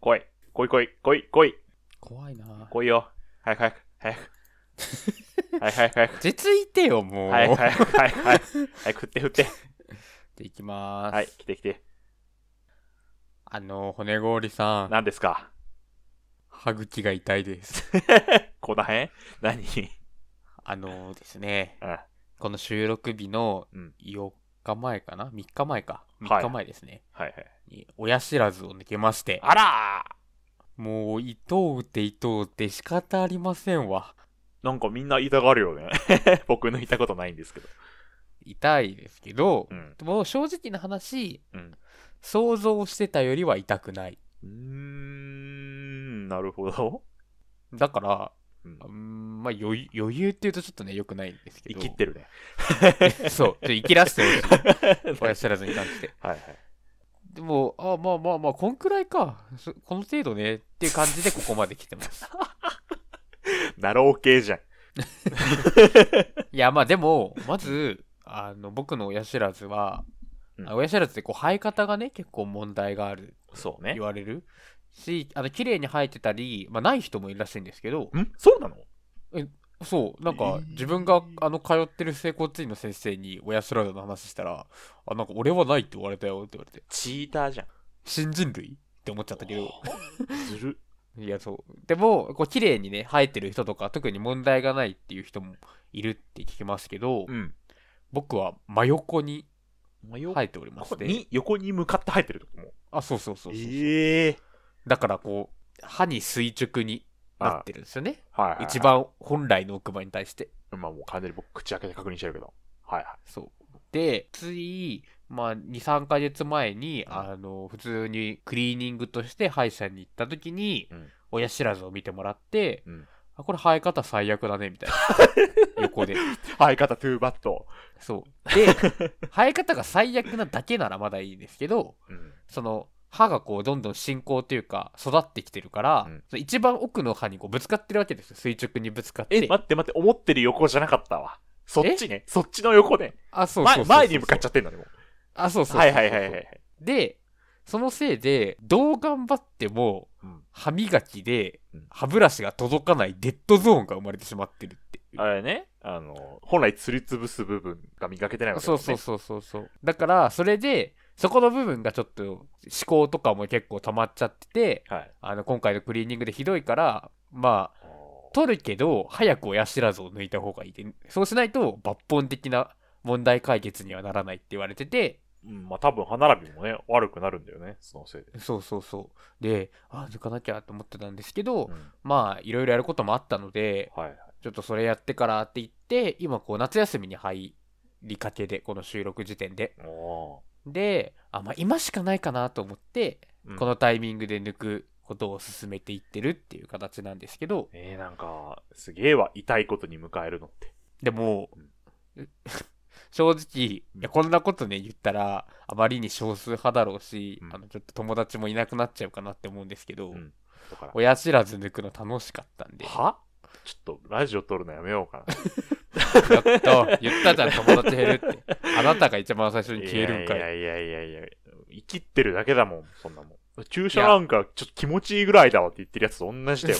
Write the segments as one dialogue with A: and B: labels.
A: 来い来い、来い、来い、
B: 怖いな
A: 来いよ。早く早く、早く。はいはいはい。
B: 落ち着いてよ、もう。
A: はい
B: じゃ
A: はいはいはい。はい、振って振って。
B: あいきまーす。
A: はい、来て来て。
B: あの、骨氷さん、
A: 何ですか
B: 歯茎が痛いです。
A: この辺何
B: あのですね、
A: うん。
B: この収録日の
A: うん
B: 4日前かな ?3 日前か。
A: はい
B: 3日前ですね。
A: はいはい。
B: に親知らずを抜けまして、
A: あら
B: もう、糸を打て糸を打て仕方ありませんわ。
A: ーなんかみんな痛がるよね。僕抜いたことないんですけど。
B: 痛いですけど、
A: うん。
B: もう正直な話、
A: うん
B: 想像してたよりは痛くない。
A: うーん、なるほど。
B: だから、
A: うん
B: うーんまあ余裕余裕っていうとちょっとね、良くないんですけ
A: 生
B: ど。
A: きってるね。
B: そう、ちょっと生きらせてほしい
A: は
B: 親
A: い
B: 知らずに関して。
A: はい。
B: でも、あまあまあまあ、こんくらいか。そこの程度ね。っていう感じでここまで来て ます。
A: ナロー系じゃん。
B: いや、まあでも、まず、あの、僕の親知らずは、
A: うん
B: あ親知らずってこう生え方がね、結構問題がある、
A: そうね
B: 言。われる。し、あの、綺麗に生えてたり、まあない人もいるらしいんですけど、
A: んそうなの
B: そう、なんか
A: えー
B: 自分があの通ってる整骨院の先生に親知らずの話したら、あ、なんか俺はないって言われたよって言われて、
A: チーターじゃん。
B: 新人類って思っちゃったけど。
A: ずる。
B: いや、そう。でも、こう、綺麗にね、生えてる人とか、特に問題がないっていう人もいるって聞きますけど、
A: うん。
B: 僕は真横に
A: まよ
B: 生えておりま
A: こ
B: し
A: こ
B: て、
A: に横に向かって生えてると思う。
B: あ、そうそうそうそう
A: ええ
B: だから、こう、歯に垂直になってるんですよね。
A: はいはいはい
B: 一。番本来の奥歯に対して。
A: まあもう完全に僕口開けて確認してるけど。はいは
B: そう。で、つい、まあ、2、3ヶ月前に、
A: うん
B: あの、普通にクリーニングとして歯医者に行った時に、
A: うん
B: 親知らずを見てもらって、
A: うん
B: あ、これ生え方最悪だね、みたい な。横で。
A: い。相方トゥーバット。
B: そう。で、生え方が最悪なだけならまだいいですけど、
A: うん。
B: その、歯がこう、どんどん進行というか、育ってきてるから、
A: うん
B: その一番奥の歯にこうぶつかってるわけですよ。垂直にぶつかって。
A: え、待って待って、思ってる横じゃなかったわ。そっちね。そっちの横ね。
B: あ、そうそうそう
A: 前前に向かっちゃ
B: っ
A: ってんのね、もう。
B: た。あ、そうそうそう
A: はいはいはいはい。
B: で、そのせいで、どう頑張っても
A: うん、
B: 歯磨きで
A: うん
B: 歯ブラシが届かないデッドゾーンが生まれてしまってるっていう。
A: あれね、あの、本来すりつぶす部分が磨けてないわけだ
B: そ
A: も
B: うん
A: ね
B: そうそうそうそう。だから、それで、そこの部分がちょっと思考とかも結構溜まっちゃってて、
A: はい。
B: あの、今回のクリーニングでひどいから、まあ、取るけど、早く親知らずを抜いた方がいいで、そうしないと抜本的な問題解決にはならないって言われてて、
A: うん、まあ多分歯並びもね、悪くなるんだよね、そのせいで。
B: そうそうそう。で、あ、抜かなきゃと思ってたんですけど、
A: うん
B: まあ、いろいろやることもあったので、
A: はいはい。
B: ちょっとそれやってからって言って、今こう夏休みに入りかけで、この収録時点で。
A: お
B: で、あ、まあ今しかないかなと思って、
A: ーうん
B: このタイミングで抜くことを進めていってるっていう形なんですけど、
A: えー、なんか、すげえわ、痛いことに迎えるのって。
B: でも、 正直、いやこんなことね、言ったら、あまりに少数派だろうし
A: う、ん
B: あの、ちょっと友達もいなくなっちゃうかなって思うんですけど
A: う、ん。だから、
B: 親知らず抜くの楽しかったんで、
A: はちょっと、ラジオ撮るのやめようかな。
B: やっと、言ったじゃん、友達減る って。あなたが一番最初に 消えるんか
A: いや
B: い。
A: いやいやいやいや、生きってるだけだもん、そんなもん。注射なんかちょっと気持ちいいぐらいだわって言ってるやつと同じ だよ。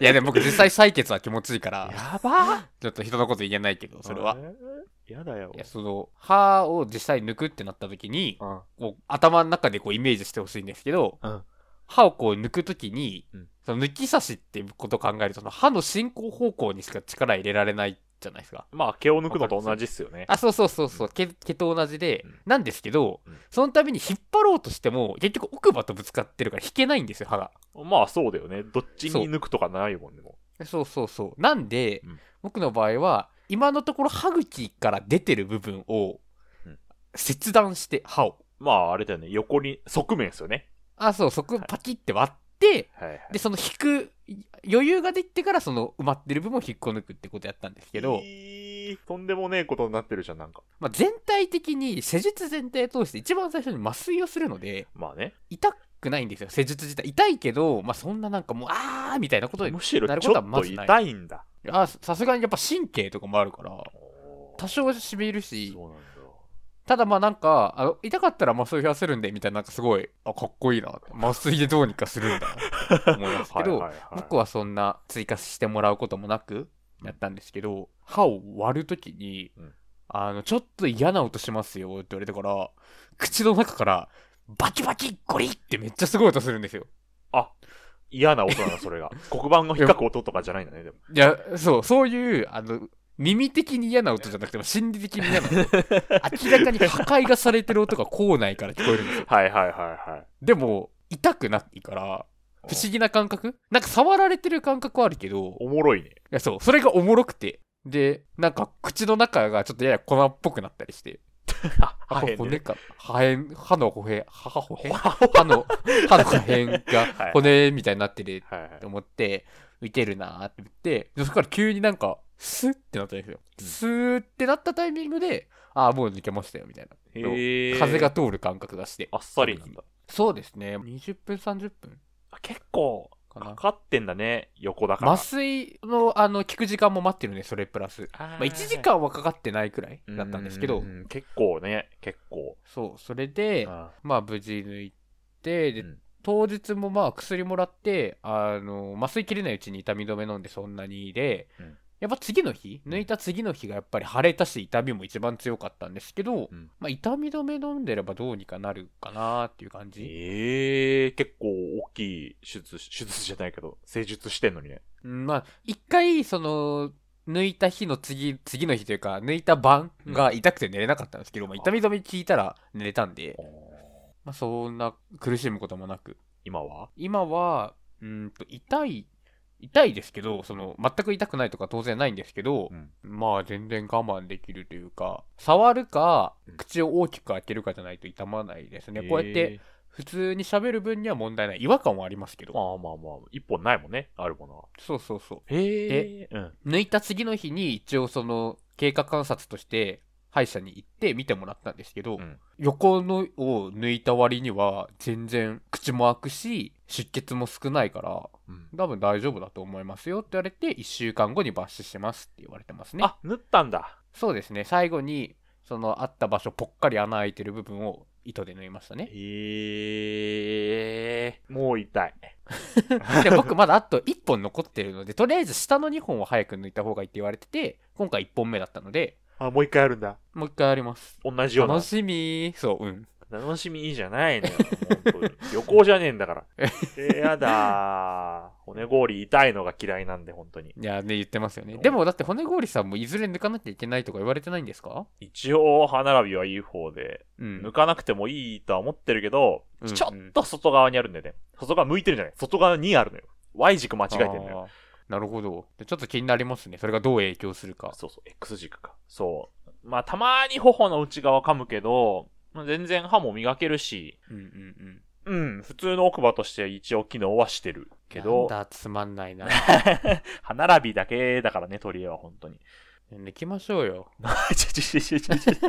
B: いや、でも僕実際採血は気持ちいいから、
A: やば
B: ちょっと人のこと言えないけど、それは。。
A: えーやだよ
B: い。や、その、歯を実際抜くってなった時に、こう頭の中でこうイメージしてほしいんですけど、
A: うん
B: 歯をこう抜く時に
A: うん、
B: その抜き差しっていうことを考えると、その歯の進行方向にしか力入れられないじゃないですか。
A: まあ、毛を抜くのと同じっすよね。
B: あ、そうそうそうそう、毛毛と同じで、
A: うん
B: なんですけど、
A: うん
B: そのために引っ張ろうとしても、結局奥歯とぶつかってるから引けないんですよ、歯が。
A: まあ、そうだよね。どっちに抜くとかないもんね、も
B: そうそうそう。なんで、
A: うん
B: 僕の場合は、今のところ歯茎から出てる部分を
A: うん、
B: 切断して、歯を。
A: う。まあ、あれだよね。横に、側面っすよね。
B: あ、そう、そこパキって割って、
A: はいはい。
B: で、その引く、余裕ができてから、その埋まってる部分を引っこ抜くってことやったんですけど、
A: えーとんでもねえことになってるじゃん、なんか。
B: まあ、全体的に、施術全体を通して一番最初に麻酔をするので、
A: まあね。
B: 痛くないんですよ、施術自体。痛いけど、まあ、そんななんかもう、あーみたいなことで、
A: むしろ
B: なる
A: ち
B: こと
A: ょ
B: は
A: っ
B: ま
A: と
B: ずない
A: 痛いんだ。
B: あーさすがにやっぱ神経とかもあるから、多少しびるし、
A: そうなんだ。
B: ただまあなんか、あの痛かったら麻酔増やせるんで、みたいな、なんかすごい、あ、かっこいいなって。麻酔でどうにかするんだなって 思いますけど、
A: いは
B: 僕はそんな追加してもらうこともなくやったんですけど、歯を割るときに、
A: うん
B: あの、ちょっと嫌な音しますよって言われたから、口の中から、バキバキゴリってめっちゃすごい音するんですよ。
A: 嫌な音なの、それ が。黒板の引っかく音とかじゃないんだね、でも。
B: いや、そう、そういう、あの、耳的に嫌な音じゃなくても心理的に嫌な音。明らかに破壊がされてる音が口内から聞こえるんで すよ。
A: はいはいはいはい。
B: でも、痛くないから、不思議な感覚なんか触られてる感覚はあるけど、
A: おもろいね。
B: いや、そう。それがおもろくて。で、なんか、口の中がちょっとやや粉っぽくなったりして。
A: あ、
B: あ、これ
A: ね
B: 骨か。破片、歯の破片、歯破 片歯の、歯の破片
A: はい
B: が骨みたいになってる
A: はいはい
B: と思って、浮いてるなーって言って、でそこから急になんか、スッってなったんです
A: う
B: よ。
A: ん
B: スーってなったタイミングで、あーもう抜けましたよ、みたいな。。
A: へー
B: 風が。通る感覚がして。
A: あっさりなんだ。
B: そうですね。20分、30分
A: あ結構、
B: か
A: か
B: な。
A: かってんだね、横だから。
B: 麻酔の、あの、効く時間も待ってるね、それプラス。
A: あ
B: まあ、1時間はかかってないくらいだったんですけど、
A: 結構ね、結構。
B: そう、それで、
A: あ
B: まあ無事抜いて、で
A: うん、
B: 当日もまあ薬もらって、あの、麻酔切れないうちに痛み止め飲んでそんなにで
A: うん、
B: やっぱ次の日、抜いた次の日がやっぱり腫れたし痛みも一番強かったんですけど、
A: うん
B: まあ痛み止め飲んでればどうにかなるかなっていう感じ。
A: ええ結構大きい手術、手術じゃないけど、施術してんのにね。
B: うんまあ一回その、抜いた日の次、次の日というか、抜いた晩が痛くて寝れなかったんですけど、まあ痛み止め効いたら寝れたんで、まあそんな苦しむこともなく、
A: 今は
B: 今はうーんと痛い痛いですけどその全く痛くないとか当然ないんですけど、
A: ん。
B: まあ全然我慢できるというか触るか
A: うん
B: 口を大きく開けるかじゃないと痛まないですね、こうやって
A: え
B: 普通に喋る分には問題ない違和感はありますけ
A: ー。
B: ど、
A: まあまあまあ、一本ないもんね、あるものは。
B: そうそうそう
A: へえ。うん。
B: 抜いた次の日に一応その経過観察として歯医者に行って見てもらったんですけど、
A: うん
B: 横のを抜いた割には全然口も開くし出血も少ないから
A: うん
B: 多分大丈夫だと思いますよって言われて1週間後に抜歯しますって言われてますね
A: あ、縫ったんだ。
B: そうですね最後にそのあった場所ぽっかり穴開いてる部分を糸で縫いましたね
A: へえ。もう痛い。
B: で僕まだあと1本残ってるのでとりあえず下の2本を早く抜いた方がいいって言われてて今回1本目だったので
A: あ、もう一回あるんだ。
B: もう1回あります
A: 同じような
B: 楽。しみそううん
A: 楽しみじゃないのよ。本当に旅行じゃねえんだから。えーやだー。骨氷痛いのが嫌いなんで、本当に。
B: いやね言ってますよねでもだって骨氷さんもいずれ抜かなきゃいけないとか言われてないんですか
A: 一応、歯並びはいい方で、
B: うん
A: 抜かなくてもいいとは思ってるけど、
B: うん
A: ちょっと外側にあるんだよね。外側向いてるんじゃない外側にあるのよ。Y 軸間違えてんだよ。
B: あーなるほどでちょっと気になりますねそれがどう影響するか
A: そうそう、X 軸か。そう。まあ、たまに頬の内側噛むけど、まあ全然歯も磨けるし、
B: うんうんう
A: う
B: ん
A: ん、普通の奥歯として一応機能はしてるけど、
B: なんだつまんないな
A: 歯並びだけだからね、取り柄は本当に。
B: 抜きましょうよ
A: ちょちょちょちょちょちょ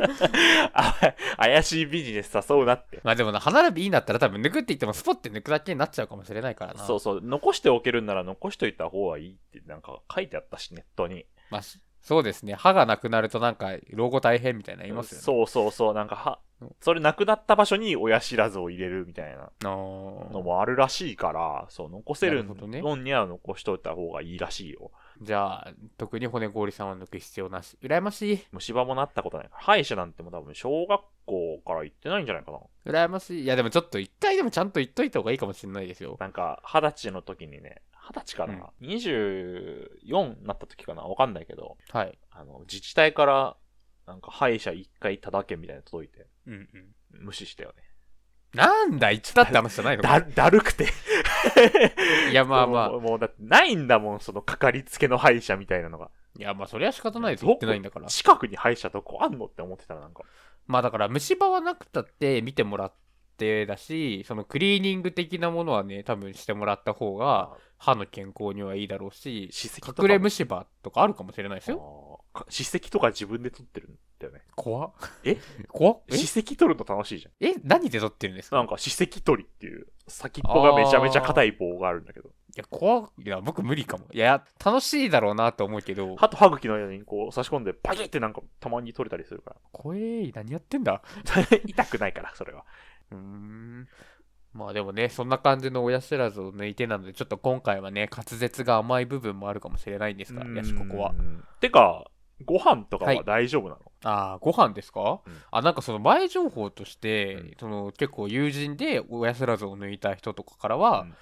A: あ怪しいビジネス誘うなって。
B: まあでもな歯並びいいんだったら多分抜くって言ってもスポッて抜くだけになっちゃうかもしれないからな
A: そうそう、残しておけるんなら残しといた方がいいってなんか書いてあったし、ネットに。
B: まあしそうですね歯がなくなるとなんか老後大変みたいなの言いますよね
A: そうそうそう、なんかは
B: うん、
A: それなくなった場所に親知らずを入れるみたいな
B: あ
A: の
B: ー
A: もあるらしいから、そう、残せる
B: なるほどね
A: のには残しといた方がいいらしいよ。
B: じゃあ特に骨氷さんは抜く必要なし羨ましい
A: 虫歯もなったことないから。歯医者なんてもう多分小学校から行ってないんじゃないかな。
B: 羨ましいいやでもちょっと一回でもちゃんと言っといた方がいいかもしれないですよ
A: なんか、二十歳の時にね、二十歳かな、?24 になった時かなわかんないけど、
B: はい
A: あの、自治体から、なんか、歯医者一回ただけみたいなの届いて、
B: うんうん
A: 無視したよね。
B: なんだ言ったって話じゃないのか
A: だ、だるくて。
B: いやまあ ま
A: もう、もうだってないんだもん、そのかかりつけの歯医者みたいなのが。
B: あいやまあそれは仕方ないです
A: どこ
B: 言ってないんだから
A: 近くに歯医者とこあんのって思ってたらなんか。
B: まあだから虫歯はなくたって見てもらってだしそのクリーニング的なものはね多分してもらった方が歯の健康にはいいだろうし
A: 歯石とかも。
B: 隠れ虫歯とかあるかもしれないですよ
A: あーか歯石とか自分で取ってるんだよね。
B: 怖っ
A: え
B: 怖っ
A: 歯石取るの楽しいじゃん。
B: ええ何で撮ってるんですか
A: なんか歯石取りっていう、先っぽがめちゃめちゃ硬い棒があるんだけど。
B: や、怖い。いや、僕無理かも。いや、楽しいだろうなと思うけど、
A: 歯と歯茎のようにこう差し込んでパキってなんかたまに取れたりするから。
B: 怖え、何やってんだ。
A: 痛くないから、そ れは。
B: うーん。まあでもね、そんな感じの親知らずを抜いてなので、ちょっと今回はね、滑舌が甘い部分もあるかもしれないんですが、やしここは。
A: うん。てか、ご飯とかは
B: は
A: い大丈夫なの、
B: ああ、ご飯ですか、
A: うん
B: あ、なんかその前情報として、
A: うん
B: その結構友人で親知らずを抜いた人とかからは、
A: うん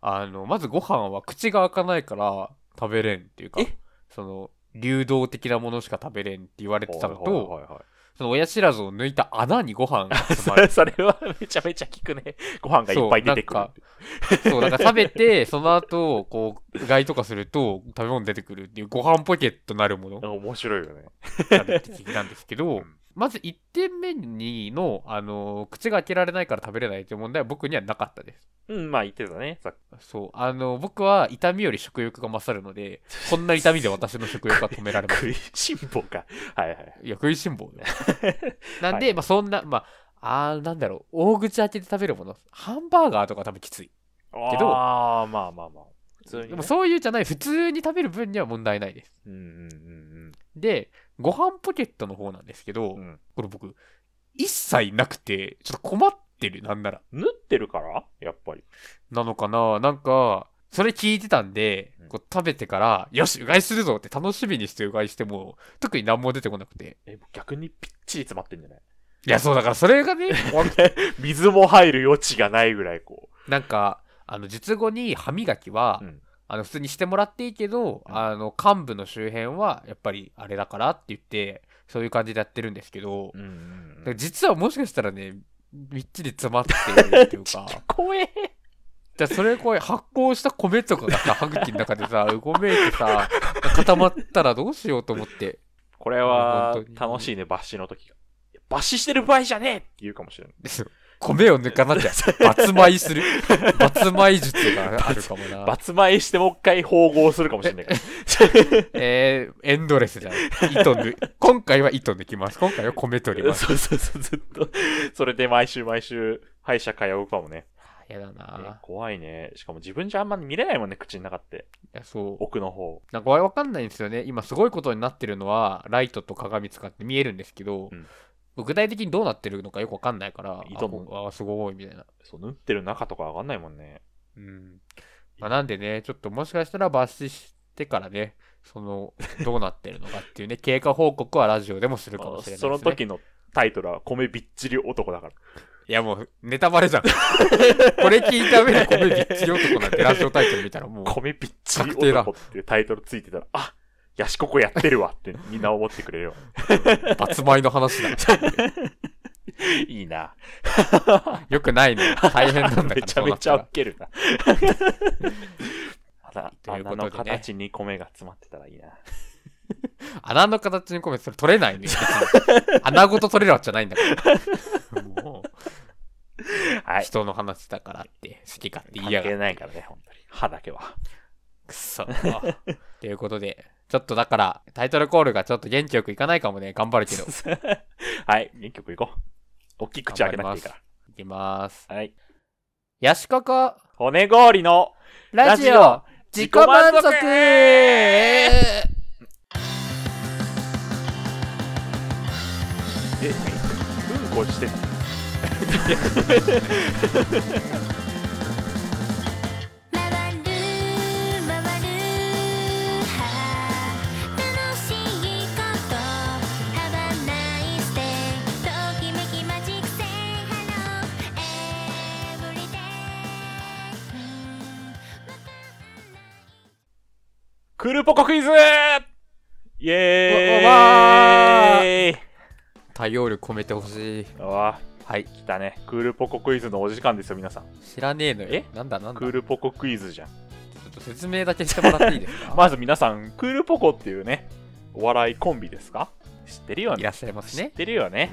B: あの、まずご飯は口が開かないから食べれんっていうか
A: え、
B: その、流動的なものしか食べれんって言われてたのと、
A: はいはいはい
B: その親知らずを抜いた穴にご 飯が詰
A: そ
B: まる
A: れ。それはめちゃめちゃ効くね。ご飯がいっぱい出てくるって。
B: そう、なんか食べて、その後、こう、うがいとかすると、食べ物出てくるっていう、ご飯ポケットなるものが
A: 面白いよね。
B: あるって聞いたんですけど、
A: うん
B: まず1点目にの、あのー口が開けられないから食べれないという問題は僕にはなかったです。
A: うん、まあ言ってたね。さっき
B: そう、あのー僕は痛みより食欲が勝るので、こんな痛みで私の食欲は止められません。
A: 食い しん坊か。はいはい。
B: いや、食いしん坊よ。なんで、
A: はい
B: まあそんな、まあ、あーなんだろう、大口開けて食べるもの、ハンバーガーとか多分きつい。けど
A: ああ、まあまあまあ。普通に、ね。
B: でもそういうじゃない、普通に食べる分には問題ないです。
A: うんうんうん
B: で、ご飯ポケットの方なんですけど、
A: うんうん。
B: これ僕、一切なくて、ちょっと困ってる、なんなら。
A: 縫ってるからやっぱり。
B: なのかななんか、それ聞いてたんで
A: うん、
B: こう食べてから、よし、うがいするぞって楽しみにしてうがいしても、特に何も出てこなくて。
A: え、逆にぴっちり詰まってんじゃない
B: いや、そうだからそれがね、怖くて
A: 水も入る余地がないぐらいこ
B: なんか、あの、術後に歯磨きは、
A: うん
B: あの、普通にしてもらっていいけど、
A: うん
B: あの、幹部の周辺は、やっぱりあれだからって言って、そういう感じでやってるんですけど、
A: う。うん
B: だから実はもしかしたらね、みっちり詰まってるってい うか。
A: 怖え。
B: じゃあそれこう発酵した米とかがさ、歯茎の中でさ、うごめいてさ、固まったらどうしようと思って。
A: これは
B: 本当に
A: 楽しいね、抜歯の時が。いや抜歯してる場合じゃねえって言うかもしれない。
B: 米を抜 かなきゃ、抜米する。抜米術があるかもな。
A: 抜前してもう一回縫合するかもしれ ないから。
B: えー、エンドレスじゃん。糸抜、今回は糸抜きます。今回は米取ります。
A: そうそうそう、ずっと。それで毎週毎週、歯医者通うかもね。
B: やだ
A: え
B: な
A: 怖いね。しかも自分じゃあんまり見れないもんね、口の中って。
B: いや、そう。
A: 奥の方。
B: なんかわわかんないんですよね。今すごいことになってるのは、ライトと鏡使って見えるんですけど、
A: うん
B: 具体的にどうなってるのかよくわかんないから、
A: 糸も
B: あこあ、すごい、みたいな。
A: そう、縫ってる中とか上がんないもんね。
B: うん。まあ、なんでね、ちょっともしかしたら抜歯してからね、その、どうなってるの かっていうね、経過報告はラジオでもするかもしれないです、ね。
A: その時のタイトルは、米びっちり男だから。
B: いやもう、ネタバレじゃん。 これ聞いた上で米びっちり男なんてラジオタイトル見た らもう、
A: 米びっちり
B: 確定だ
A: 男っていうタイトルついてたら、あヤシココやってるわってみんな思ってくれるよ。
B: 抜米の話だ。
A: いいな。
B: よくないね。大変なんだから。
A: めちゃめちゃ
B: そうな
A: ウ
B: っ
A: ケる な。穴
B: という
A: 穴
B: ことでね
A: の形に米が詰まってたらいいな。
B: たら穴の形に米、それ取れないね。別に穴ごと取れるわけじゃないんだ から。もう、
A: はい。
B: 人の話だからって、好き勝手言
A: 関
B: いやがっ
A: 係
B: て。
A: ないからね、本当に。歯だけ は。
B: くそ。ということで、ちょっとだから、タイトルコールがちょっと元気よくいかないかもね、頑張る けど。い
A: はい、2曲いこう。大きい口開けなくていいか
B: きます。
A: ら。はい。
B: ヤシココ、
A: 骨氷の
B: ラジオ、自己満足
A: ええ、うんこしてんの
C: 「まわるまわるは楽しいこと」「ハバナイステときめきマジックセイハローエブリデ
A: クールポコクイズイエーイ
B: わわわ対応力込めてほしい。
A: わ
B: はい。
A: ー来たね。クールポコクイズのお時間ですよ、皆さん。
B: 知らねえのよ。
A: え
B: なんだなんだ。
A: クールポコクイズじゃん。
B: ちょっと説明だけしてもらっていいです か、
A: まず皆さん、クールポコっていうね、お笑いコンビですか知ってるよ
B: い
A: ね。
B: らっしゃいます
A: 知っ
B: ね。
A: てるよね。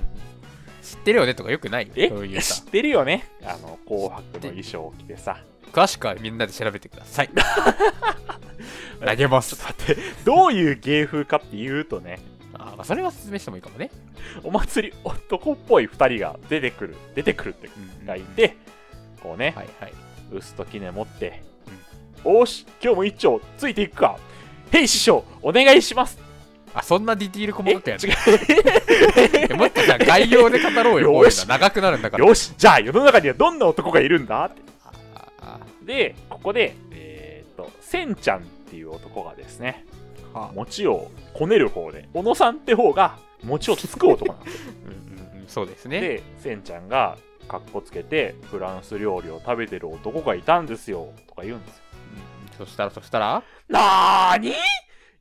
B: 知ってるよねとかよくないよ。
A: え
B: そういう
A: 知
B: さ
A: っ。てるよね。あの、紅白の衣装を着てさ。
B: 詳しくはみんなで調べてく ださい。投げます。
A: 待って、どういう芸風かっていうとね、
B: あーまあ、それは説明してもいいかもね。
A: お祭り男っぽい二人が出てくる、出てくるって
B: うん
A: がいて、こうね、
B: はいはい。
A: ウスとキネ持って、おーし、今日も一丁、ついていくか。へい、師匠、お願いします。
B: あ、そんなディティール細かくやる
A: 違
B: もっとじゃあ概要で語ろうよ、こう
A: よ
B: いう
A: し
B: の長くなるんだか
A: う。
B: ら。
A: よし、じゃあ世の中にはどんな男がいるんだって
B: ああ
A: で、ここで、えーっと、せんちゃんっていう男がですね、
B: あ
A: 餅をこねる方で、小野さんって方が餅をつく男なんですよ。
B: うんうんうんそうですね。
A: で、せんちゃんが、かっこつけて、フランス料理を食べてる男がいたんですよ、とか言うんですよ。
B: うんそしたら、そしたら、
A: なーに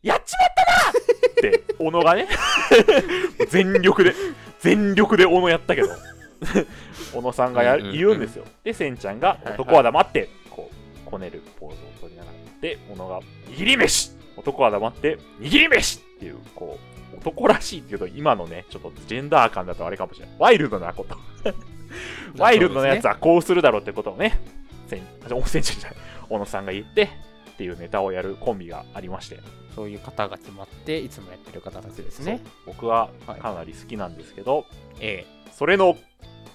A: やっちまったなって、小野 がね、全力で、全力で小野やったけど、小野さんがや
B: うんうんうん
A: 言うんですよ。で、せんちゃんが、
B: はい
A: 男は黙って、こう、こねるポーズを取りながら、で、小野が、握り飯男は黙って、握り飯っていう、こう、男らしいっていうと、今のね、ちょっとジェンダー感だとあれかもしれない。ワイルドなこと。ワイルドなやつはこうするだろうってことをね、せん、あおせんちゃんじゃない、小野さんが言って、っていうネタをやるコンビがありまして、
B: そういう方が決まって、いつもやってる方たちですね。
A: 僕は
B: はい
A: かなり好きなんですけど、
B: え
A: それの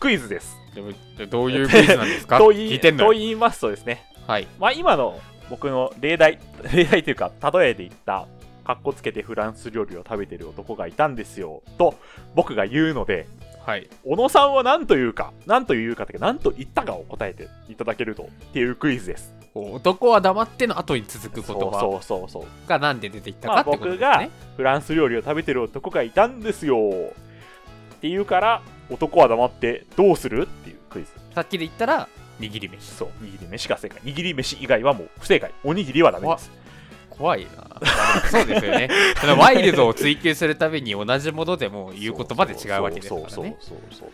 A: クイズです。
B: え。でも、でどういうクイズなんですか
A: と言
B: 聞い
A: い
B: てん
A: と
B: のよ
A: 言いますとですね、
B: はい。
A: まあ今の僕の例題、 例題というか、例えで言った、かっこつけてフランス料理を食べてる男がいたんですよ、と僕が言うので、
B: はい。
A: 小野さんは何と言うか、何と言うかというか、何と言ったかを答えていただけると、っていうクイズです。
B: 男は黙っての後に続く言
A: そう
B: 葉
A: そうそうそう。
B: がなんで出てきた
A: ま
B: か
A: あ、
B: ってことで
A: 僕
B: すね。
A: がフランス料理を食べてる男がいたんですよっていうから男は黙ってどうするっていうクイズ
B: さっきで言ったら、握り飯。
A: そう握り飯が正解握り飯以外はもう不正解おにぎりはダメです
B: 怖いな。 そうですよね。そのワイルドを追求するために同じものでも言う言葉で違うわけですからね。
A: そうそうそうそう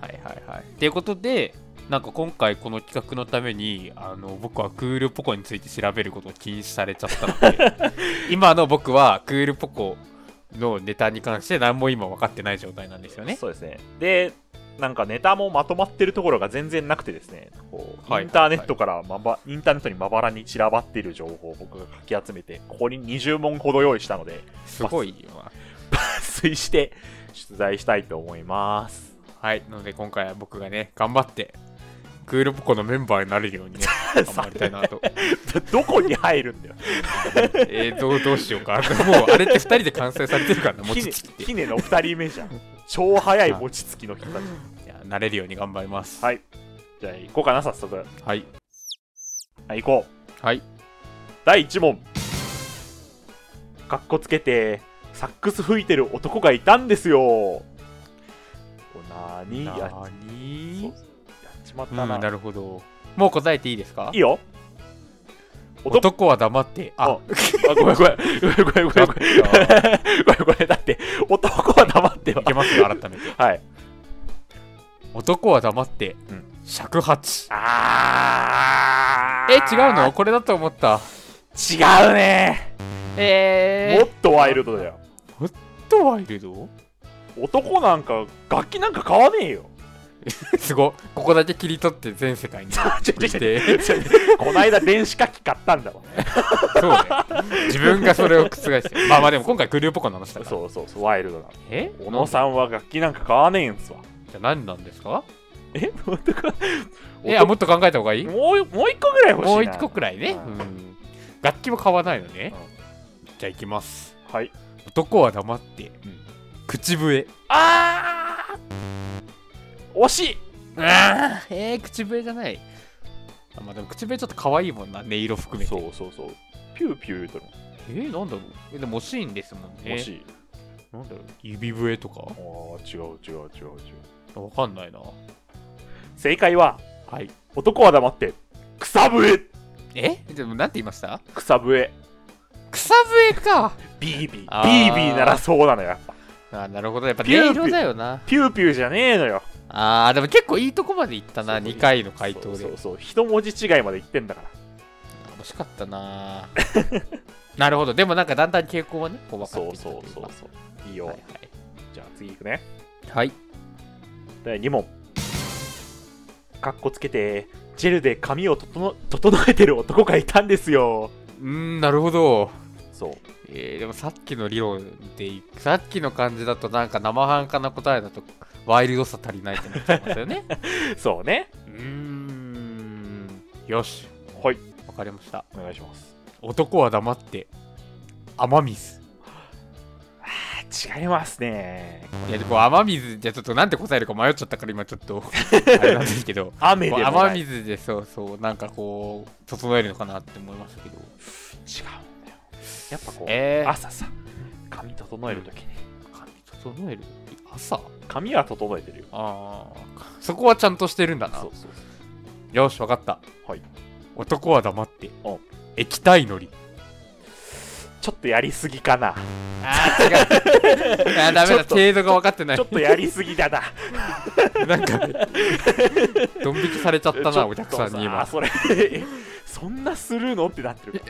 B: はいはいはい。ということで、なんか今回この企画のためにあの僕はクールポコについて調べることを禁止されちゃったの で今の僕はクールポコのネタに関して何も今分かってない状態なんですよね。
A: そうですねでなんかネタもまとまってるところが全然なくてですねこう
B: はい
A: インターネットからまば、インターネットにまばらに散らばっている情報を僕がかき集めてここに20問ほど用意したのです
B: ごいよな。
A: 抜粋して出題したいと思います
B: はい。なので今回は僕がね、頑張ってクールポコのメンバーになれるようにね、 頑張りたいなと。
A: どこに入るんだよ
B: えー、どうどうしようか。 もうあれって2人で完成されてるから な、
A: ひ
B: 餅
A: ね
B: つきって。
A: ひねの2人目じゃん。超早い餅つきの人たち。
B: いや慣れるように頑張ります。
A: はい。じゃあ行こうかな、早速。
B: はい。
A: はい、行こう。
B: はい。
A: 第1問。かっこつけて、サックス吹いてる男がいたんですよ。おなーにや
B: な
A: っそう
B: に
A: やっちまっ
B: う
A: た
B: ん、
A: な。
B: なるほど。もう答えていいですか
A: いいよ。男
B: 男は黙って。
A: あ
B: あ、。
A: あ、ごめんごめん。ごめんごめんごめんごめん。ごめんごめん。だって、男は黙ってはい
B: けますよ、改めて。
A: はい。
B: 男は黙って、
A: うん
B: 尺八。
A: あ
B: え、違うのこれだと思った。
A: 違うね
B: え
A: もっとワイルドだよ。
B: っとワイルド
A: 男なんか楽器なんか買わねえよ。
B: すご。ここだけ切り取って全世界に
A: ちょちょちょ
B: て。
A: こないだ電子楽器買ったんだもん。
B: そうね。自分がそれを覆して。まあまあでも今回グルーポコの話だから。
A: そうそうそう、ワイルドな。
B: え
A: 小野さんは楽器なんか買わねえんすわ。
B: じゃあ何なんですか
A: え男
B: いや、
A: も
B: もっと考えた方がいいも
A: うもう一個ぐらい欲しいな。
B: う一個くらいね。
A: うん
B: うん楽器も買わないのね。じゃあ行きます。
A: はい。
B: 男は黙って、
A: うん
B: 口笛
A: あー惜しい
B: ああえー、口笛じゃないあまあでも口笛ちょっと可愛いもんな音色含めて
A: そうそうそう。ピューピュー言うとる
B: えー、なんだろうえでも惜しいんですもん
A: もん。惜
B: ね
A: しい。なんだろう。
B: 指笛とか
A: あー違う違う違う違う。
B: わかんないな
A: 正解は、
B: はい
A: 男は黙って、草笛
B: えでもなんて言いました
A: 草笛。
B: 草笛か
A: ビービー。
B: あ
A: ビ
B: ー
A: ービーならそうなのよ。やっぱ
B: あーなるほどやっぱ音
A: ピューピュー
B: 色だよな
A: ピューピューじゃねえのよ。
B: あーでも結構いいとこまでいったな
A: そう
B: 2回の回答
A: そう
B: で
A: そうそう一文字違いまで言ってんだから
B: 惜しかったな なるほどでもなんかだんだん傾向はねこう分かってきたというか
A: ういいよ、
B: はい
A: じゃあ次いくね
B: はい、はい、
A: 第2問かっこつけてジェルで髪を整整えてる男がいたんですよ
B: うーんなるほど
A: そう
B: えーでもさっきの理論でいさっきの感じだとなんか生半可な答えだとワイルドさ足りない ってなっちゃいますよね
A: そうね
B: うーんよし
A: はい
B: わかりました
A: お願いします。
B: 男は黙って雨水
A: 違いますね。
B: いやでも雨水じゃちょっとなんて答えるか迷っちゃったから今ちょっ とあれなんですけど
A: 雨でもない
B: 雨水でそうそうなんかこう整えるのかなって思いましたけど
A: 違うんだよ。やっぱこう、
B: えー、
A: 朝さ、髪整えるときに。
B: 髪整える朝
A: 髪は整えてるよ。
B: あーそこはちゃんとしてるんだな
A: そうそう
B: よしわかった
A: はい
B: 男は黙って
A: お
B: 液体のり
A: ちょっとやりすぎかな。
B: あー違う あーダ
A: ち
B: メ
A: ょ
B: だ
A: っと
B: 程度が分かってない
A: ちょっとやりすぎだな。
B: なんかね、ドン引きされちゃった
A: ちょっ
B: な、
A: と
B: お客さんに
A: あ
B: 今。
A: それ、 そんなするのってなってる。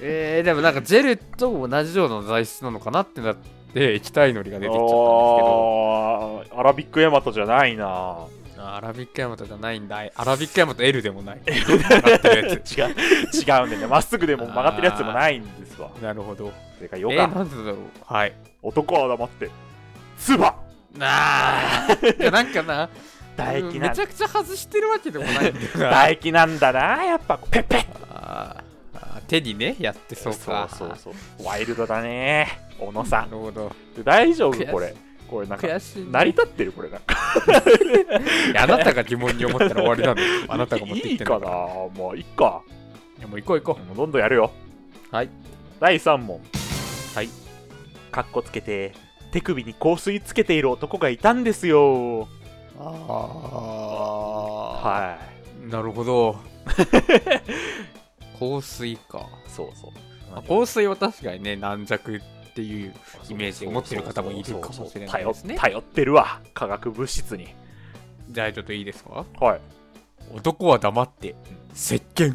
B: えー、でもなんかジェルと同じような材質なのかなってなって、液体のりが出てきちゃったんですけど、
A: あーアラビックヤマトじゃないな。
B: あーアラビックヤマトじゃないんだ。アラビックヤマト L でも ない。曲がってるや
A: 違 う、違うんでね。まっすぐでも曲がってるやつでもないんですわ。
B: つなるほど。
A: てか、
B: え
A: よ
B: ー、
A: か、
B: なんでだろう。はい。
A: 男は黙って、唾
B: なあーいやなんかな、
A: 唾液な
B: め
A: ん
B: ちゃくちゃ外してるわけでもないんだよな。
A: 唾液なんだな、 やっぱ、ペッペッ
B: あーあー手にね、やってそうか。
A: そうそうそう。ワイルドだね。小野さ
B: なるほど。
A: ん。大丈夫
B: 悔しい
A: これ。これなんか、
B: 悔しいな。
A: 成り立ってるこれなんか。
B: いやあなたが疑問に思ったら終わりなんだよ。あなたが持って
A: い
B: き
A: い
B: て
A: か
B: ん
A: な
B: だら
A: もういいか。
B: いやもう行こう行こ
A: もうどんどんやるよ。
B: う。はい。
A: 第3問。
B: はい。
A: かっこつけて、手首に香水つけている男がいたんですよ。
B: あ
A: は
B: はい。なるほ ど。香水か。
A: い。そうそう。
B: まあ香水は確かにね、軟弱っていうイメージを持ってる方もいるかもしれないですね。
A: 頼ってるわ化学物質に
B: じゃあちょっといいですか
A: はい
B: 男は黙って、石鹸。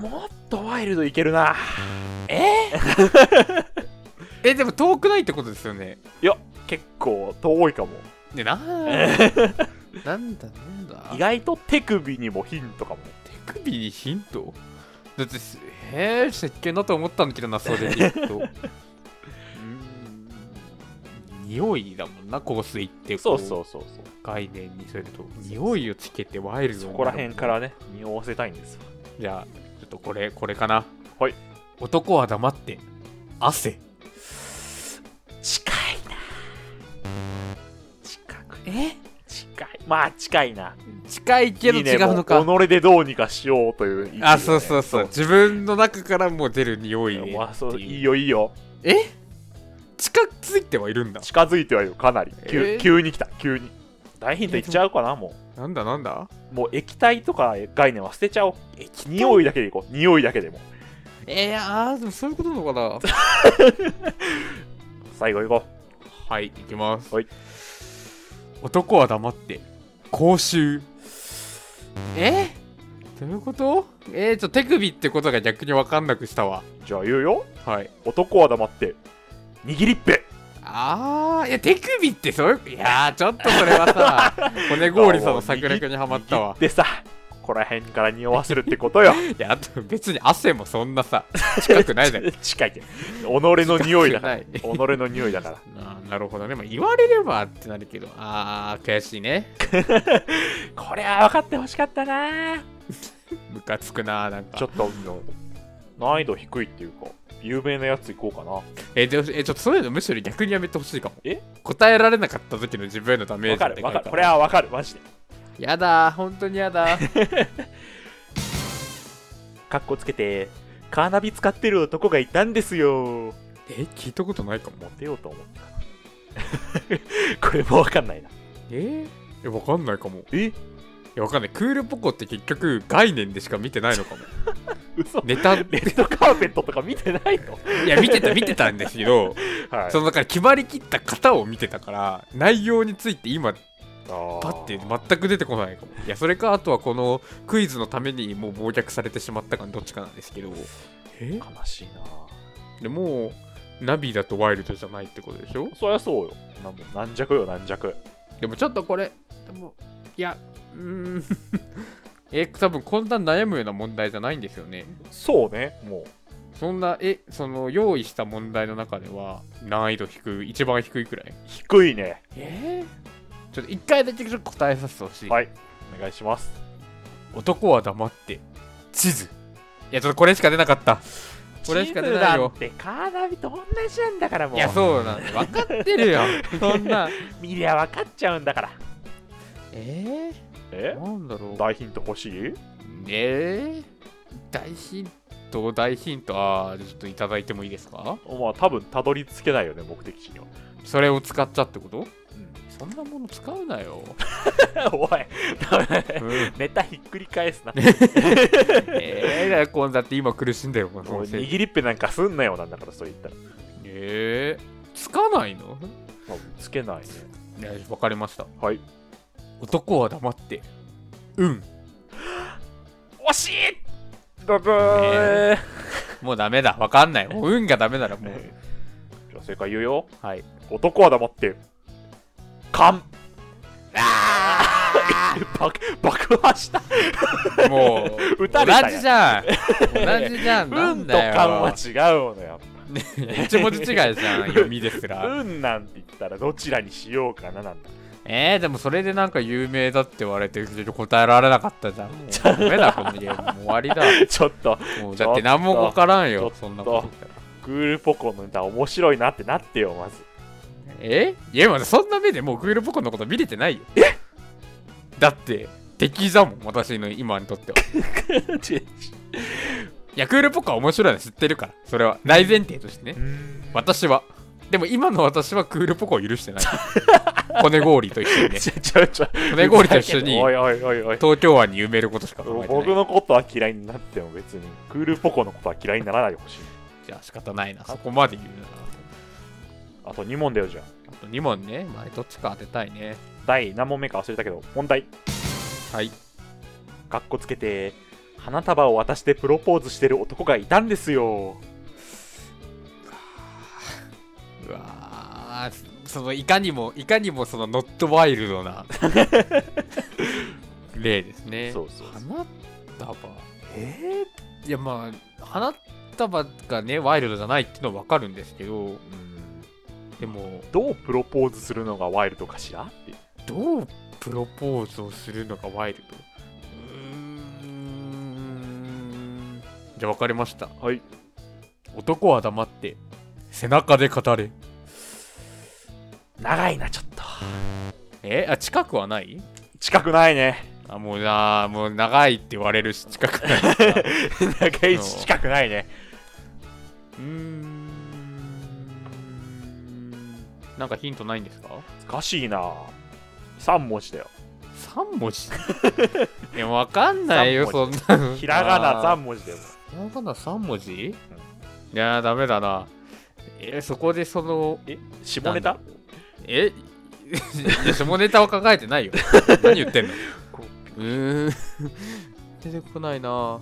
A: もっとワイルドいけるな
B: え、でも遠くないってことですよね。
A: いや結構遠いかも
B: ね、ななんだなんだ
A: 意外と手首にもヒントかも
B: 手首にヒントだってす、へえ、石鹸だと思ったんだけどな、それ で言うと。うーん匂いだもんな、香水って。
A: そうそう
B: う。
A: そうそう
B: 概念にすると。匂いをつけてワイルド
A: そ
B: になる
A: こら辺からね匂わせたいんですよ
B: じゃあ、ちょっとこれ、これかな。
A: はい。
B: 男は黙って、汗。
A: 近いな近くえ近いまあ近いな
B: 近いけど
A: いいね
B: 違うのか。
A: もう己でどうにかしようという意志
B: あ、そうそうそう
A: ね
B: 自分の中からもう出る匂い
A: そう
B: で
A: まあそう
B: っていう
A: いいよいいよ
B: え近づいてはいるんだ。
A: 近づいてはいるかなり急,、
B: えー
A: 急に来た急に大ヒントいっちゃうかなもう
B: なんだなんだ
A: もう液体とか概念は捨てちゃおう。匂いだけでいこう。匂いだけでも。
B: えー、あー、でもそういうことなのかな。
A: 最後いこ
B: はい、行きます。
A: はい
B: 男は黙って、口臭。えどういうことえー、ちょ、手首ってことが逆に分かんなくしたわ。
A: う。じゃあ言うよ。
B: はい。
A: 男は黙って。握りっぺ。
B: あー、いや、手首ってそういう、いやー、ちょっとそれ はさ、骨氷さんの策略にはまったわ。
A: でさ、ここら辺から匂わせるってことよ。
B: いや、あと別に汗もそんなさ、近くないだ ろ。
A: 近いけど。己の匂いだから。
B: 近
A: 己
B: くない
A: の匂いだ から。
B: あーなるほどね。まあ、言われればってなるけど、あー、悔しいね。
A: これは分かってほしかったな。
B: ムカつくなー、なんか。
A: ちょっと、難易度低いっていうか、有名なやついこうかな。
B: えでもえちょっとそういうのむしろ逆にやめてほしいかも
A: え
B: 答えられなかった時の自分へのダメー
A: わ
B: ジ
A: か
B: って
A: る
B: 書い
A: わ
B: て
A: か
B: あ
A: る。これは分かる。マジで。
B: やだ本当にやだ
A: かっこつけて、カーナビ使ってる男がいたんですよ。
B: え聞いたことないかも
A: モテようと思った。 これもわかんないな。
B: ええわかんないかもい
A: え
B: やわかんないクールポコって結局概念でしか見てないのかも
A: 嘘
B: ネタ
A: レッドカーペットとか見てないの
B: いや見てた見てたんですけど、
A: はい
B: そのだから決まりきった型を見てたから内容について今パッて全く出てこないかもいやそれかあとはこのクイズのためにもう傍却されてしまったかどっちかなんですけどえ
A: 悲しいな
B: でもうナビだとワイルドじゃないってことでしょ
A: そりゃそうよ。なもう軟弱よ、軟弱。
B: でもちょっとこれでもいやうーん え多分こんな悩むような問題じゃないんですよね
A: そうね、も。
B: そんなえその用意した問題の中では難易度低い一番低いくらいう
A: 低いね。
B: えちょっと一回だけちょっと答えさせてほしい、
A: はい。お願いします。
B: 男は黙って地図いやちょっとこれしか出なかったこれしか出ないよ
A: チームだってカーナビと同じなんだからもう
B: いやそうなんだ分かってるよ そんな
A: 見りゃ分かっちゃうんだから
B: え
A: え
B: ー、なんだろう
A: 大ヒント欲しい
B: えー、大ヒント大ヒントあーちょっといただいてもいいですか
A: まあ多分たどり着けないよね目的地には、
B: それを使っちゃってこと
A: う
B: そんなもの使うな
A: ん、
B: よ、
A: おいダメ
B: うん
A: ネタひっくり返すな
B: えー、だからこんだって今苦しんだよこ
A: もう
B: のせい
A: 握りっぺなんかすんなよなんだからそれ言ったら、
B: えー、つかないの
A: まあつけないね
B: いや分かりました
A: はい
B: 男は黙ってうん
A: 惜しいブブー、
B: もうダメだ分かん ないもう運がダメならもう
A: じゃあ正解言うよ
B: はい
A: 男は黙って勘あー 爆爆破した
B: もう
A: 撃たれたやん
B: 同じじゃ ん同じじゃんな
A: 運
B: ん
A: と
B: だよ
A: 勘は違うのよ
B: 一文字違いじゃん読みです ら
A: 運なんて言ったらどちらにしようかななんだ
B: えー、でもそれでなんか有名だって言われて答えられなかったじゃんもうダメだこのゲームもう終わりだ
A: ちょっと
B: もうだって何も分からんよそんなこと言ったら
A: クールポコのネタ面白いなってなってよまず
B: えいや、まだそんな目でもうクールポコのこと見れてないよ。えだって、敵だもん、私の今にとっては。いや、クールポコは面白いの知ってるから、それは。大前提としてね。私は。でも今の私はクールポコを許してない。骨氷と一緒にね。
A: ちょちょちょ
B: 骨氷と一緒に
A: おいおいおいおい
B: 東京湾に埋めることしか考えて
A: 僕
B: ない。
A: のことは嫌いになっても別にクールポコのことは嫌いにならないでほしい
B: じゃあ仕方ないな。そこまで言うなら。
A: あと2問だよじゃあ
B: あと2問ね。まあ、どっちか当てたいね。
A: 第何問目か忘れたけど問題
B: はい。
A: かっこつけて花束を渡してプロポーズしてる男がいたんですよ
B: うわーそのいかにもいかにもそのノットワイルドな例ですね
A: そうそうそう
B: 花束
A: え
B: いやまあ花束がねワイルドじゃないっていうのは分かるんですけどでも
A: どうプロポーズするのがワイルドかしらっていう
B: どうプロポーズをするのがワイルドじゃあ分かりました
A: はい
B: 男は黙って背中で語れ
A: 長いなちょっと
B: えあ近くはない
A: 近くないね
B: あもうなもう長いって言われるし近く ない
A: 長いし近くないね
B: うーんなんかヒントないんですか
A: 難しいな3文字だよ
B: ?3 文字いや、わかんないよ、そ
A: 三
B: んな の。
A: ひらがな3
B: 文
A: 文字だよ
B: 字。ひらがな3文字、いやー、ダメだな。え、そこでその、
A: え下ネ
B: な
A: タ
B: え、 いや下ネタは考え てないよ。何言ってんのうーん。出てこないな。わ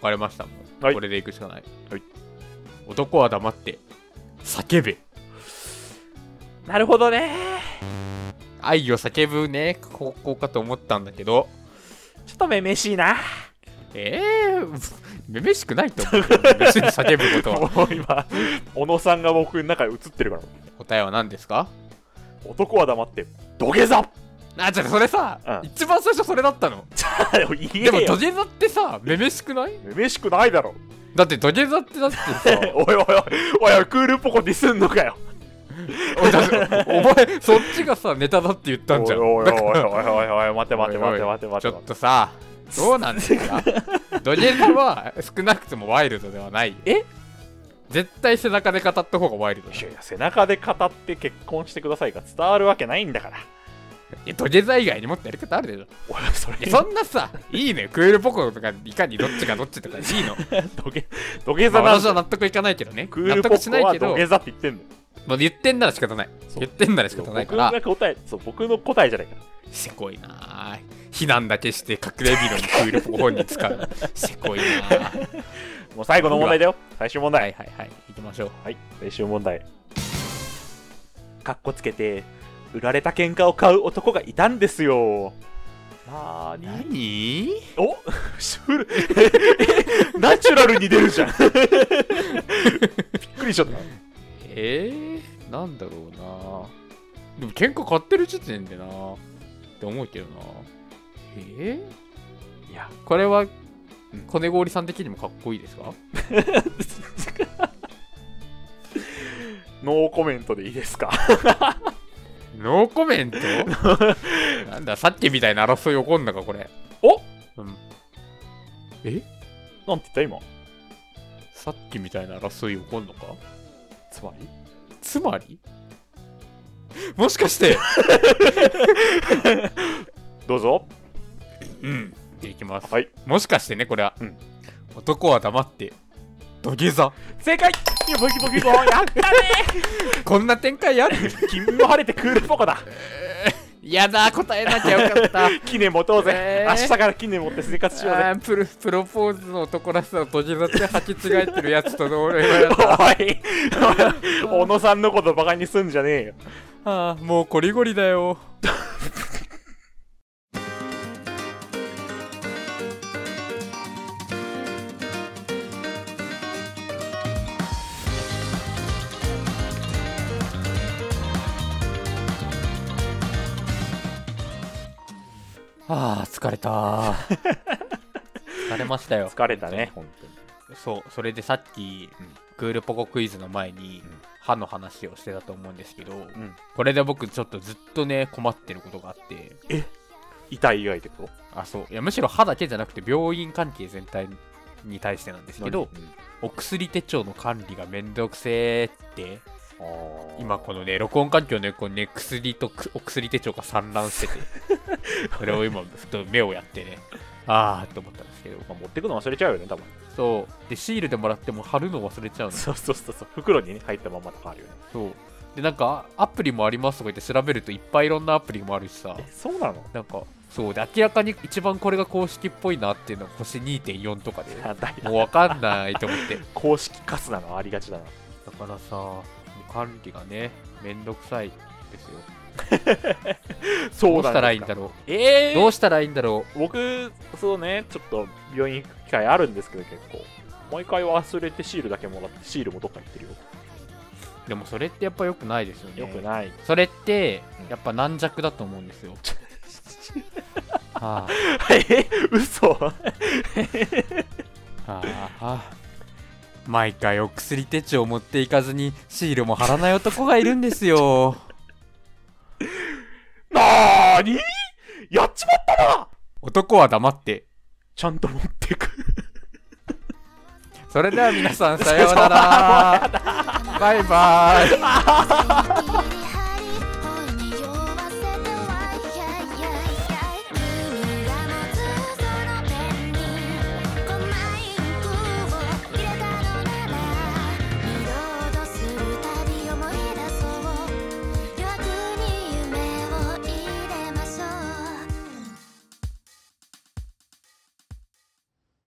B: かりました。もう
A: はい
B: これでいくしかない。
A: はい
B: 男は黙って、叫べ。
A: なるほどね
B: 愛を叫ぶね、ここかと思ったんだけど、
A: ちょっとめめしいな
B: えー、 めめしくないと思うよ。別に叫ぶこ
A: も
B: とは。
A: う今小野さんが僕の中に映ってるから
B: 答えは何ですか
A: 男は黙って土下座
B: あ、じゃあそれさ、
A: うん
B: 一番最初それだったの。
A: 言
B: でも
A: え
B: 土
A: よ
B: 下座ってさ、めめしくない
A: めめしくないだろ、
B: だって土下座ってだってさ
A: おいおいおいおいクールポコディスんのかよ
B: おだってお前、そっちがさ、ネタだって言ったんじゃん。
A: おいおいお
B: だ
A: い
B: か
A: おい
B: ら
A: おいおい待て待て待て待て
B: おいおい
A: 待て
B: ちょ
A: 待
B: ってとさ、どうなんですか土下座は少なくともワイルドではないよ。
A: え
B: 絶対背中で語った方がワイルドだよ
A: いやいや背中で語って結婚してくださいが伝わるわけないんだから
B: いや土下座以外にもっとやり方あるでしょ。
A: おいそれ
B: いやそんなさ、いいのよ。クールポコとか、いかにどっちがどっち とか、いいの。
A: 土下土下
B: まあ
A: 座なんだよ
B: 私は納得いかないけどね。
A: クー
B: 納
A: ルポ
B: 得しな
A: コ
B: い
A: は
B: け
A: 土
B: ど、
A: 下座って言ってんだよ
B: まあ言ってんなら仕方ない。
A: そう
B: 言ってんなら仕方ない
A: 僕
B: から
A: が、答えそう僕の答えじゃないから
B: せこいなぁ。避難だけして隠れビルにクールポコ本に使う。せこいなぁ。
A: もう最後の問題だよ最終問題
B: はいはいはい。行きましょう。
A: はい、最終問題。かっこつけて、売られた喧嘩を買う男がいたんですよ。なーに
B: 何
A: お フル ナチュラルに出るじゃんびっくりしちゃった。
B: えー、なんだろうなぁ。でも喧嘩買ってる時点でなぁ。って思うけどなぁ。えー
A: いや、
B: これは
A: うん
B: コネゴーリさん的にもかっこいいですか
A: ノーコメントでいいですか
B: ノーコメント なんださっきみたいな争い起こんのかこれ
A: お
B: うんえ
A: なんて言った今。
B: さっきみたいな争い起こんのか
A: つまり
B: つまりもしかして
A: どうぞ。
B: うんいきます
A: はい。
B: もしかしてねこれは、
A: うん
B: 男は黙って土下座
A: 正解いやボキボキボやった ね
B: こんな展開やる
A: 君も晴れてクールポコだ
B: やだ答えなきゃよかった
A: 記念持とうぜ、
B: えー
A: 明日から記念持って生活しようぜ
B: あープロプロポーズの男らしさを閉じ出って履き違えてるやつと同類だった
A: おい小野さんのことバカにすんじゃねえよ
B: あーもうコリゴリだよあー疲れた疲れましたよ
A: 疲れたね本当に
B: そうそれでさっき、
A: うん
B: クールポコクイズの前に、
A: うん
B: 歯の話をしてたと思うんですけど、
A: ん
B: これで僕ちょっとずっとね困ってることがあって
A: 痛い以外ってこと
B: あそういやむしろ歯だけじゃなくて病院関係全体に対してなんですけど
A: うん
B: お薬手帳の管理がめんどくせーって
A: あー
B: 今このね録音環境のこうね薬とくお薬手帳が散乱しててそれを今ふと目をやってねああと思ったんですけど
A: まあ持ってくの忘れちゃうよね多分
B: そうでシールでもらっても貼るの忘れちゃうの
A: そうそうそうそう袋に、ね、入ったままとかあるよね
B: そう。で、なんか、アプリもありますとか言って調べるといっぱいいろんなアプリもあるしさ
A: え、そうなの
B: なんか、そう。で、明らかに一番これが公式っぽいなっていうのが星2.4とかで、
A: あだい
B: もうわかんないと思 って。だ
A: 公式カスなのありがちだな
B: からさ、管理がね、めんどくさいですよ。
A: そ
B: ど
A: う
B: うし
A: なんですか
B: たらいいんだろ
A: え
B: う。
A: ー、
B: どうしたらいいんだろ
A: 僕そうねちょっと病院行く機会あるんですけど結構毎回忘れてシールだけもらってシールもどっか行ってるよ
B: う。でもそれってやっぱ良くないですよね。
A: よくない
B: それって
A: うん、
B: やっぱ軟弱だと思うんですよ。 は
A: え 嘘
B: あ、はあ、はあ。毎回お薬手帳を持っていかずにシールも貼らない男がいるんですよ。
A: なーにやっちまったな
B: 男は黙って。
A: ちゃんと持ってく。
B: それでは皆さんさようなら。バイバイ。
C: 「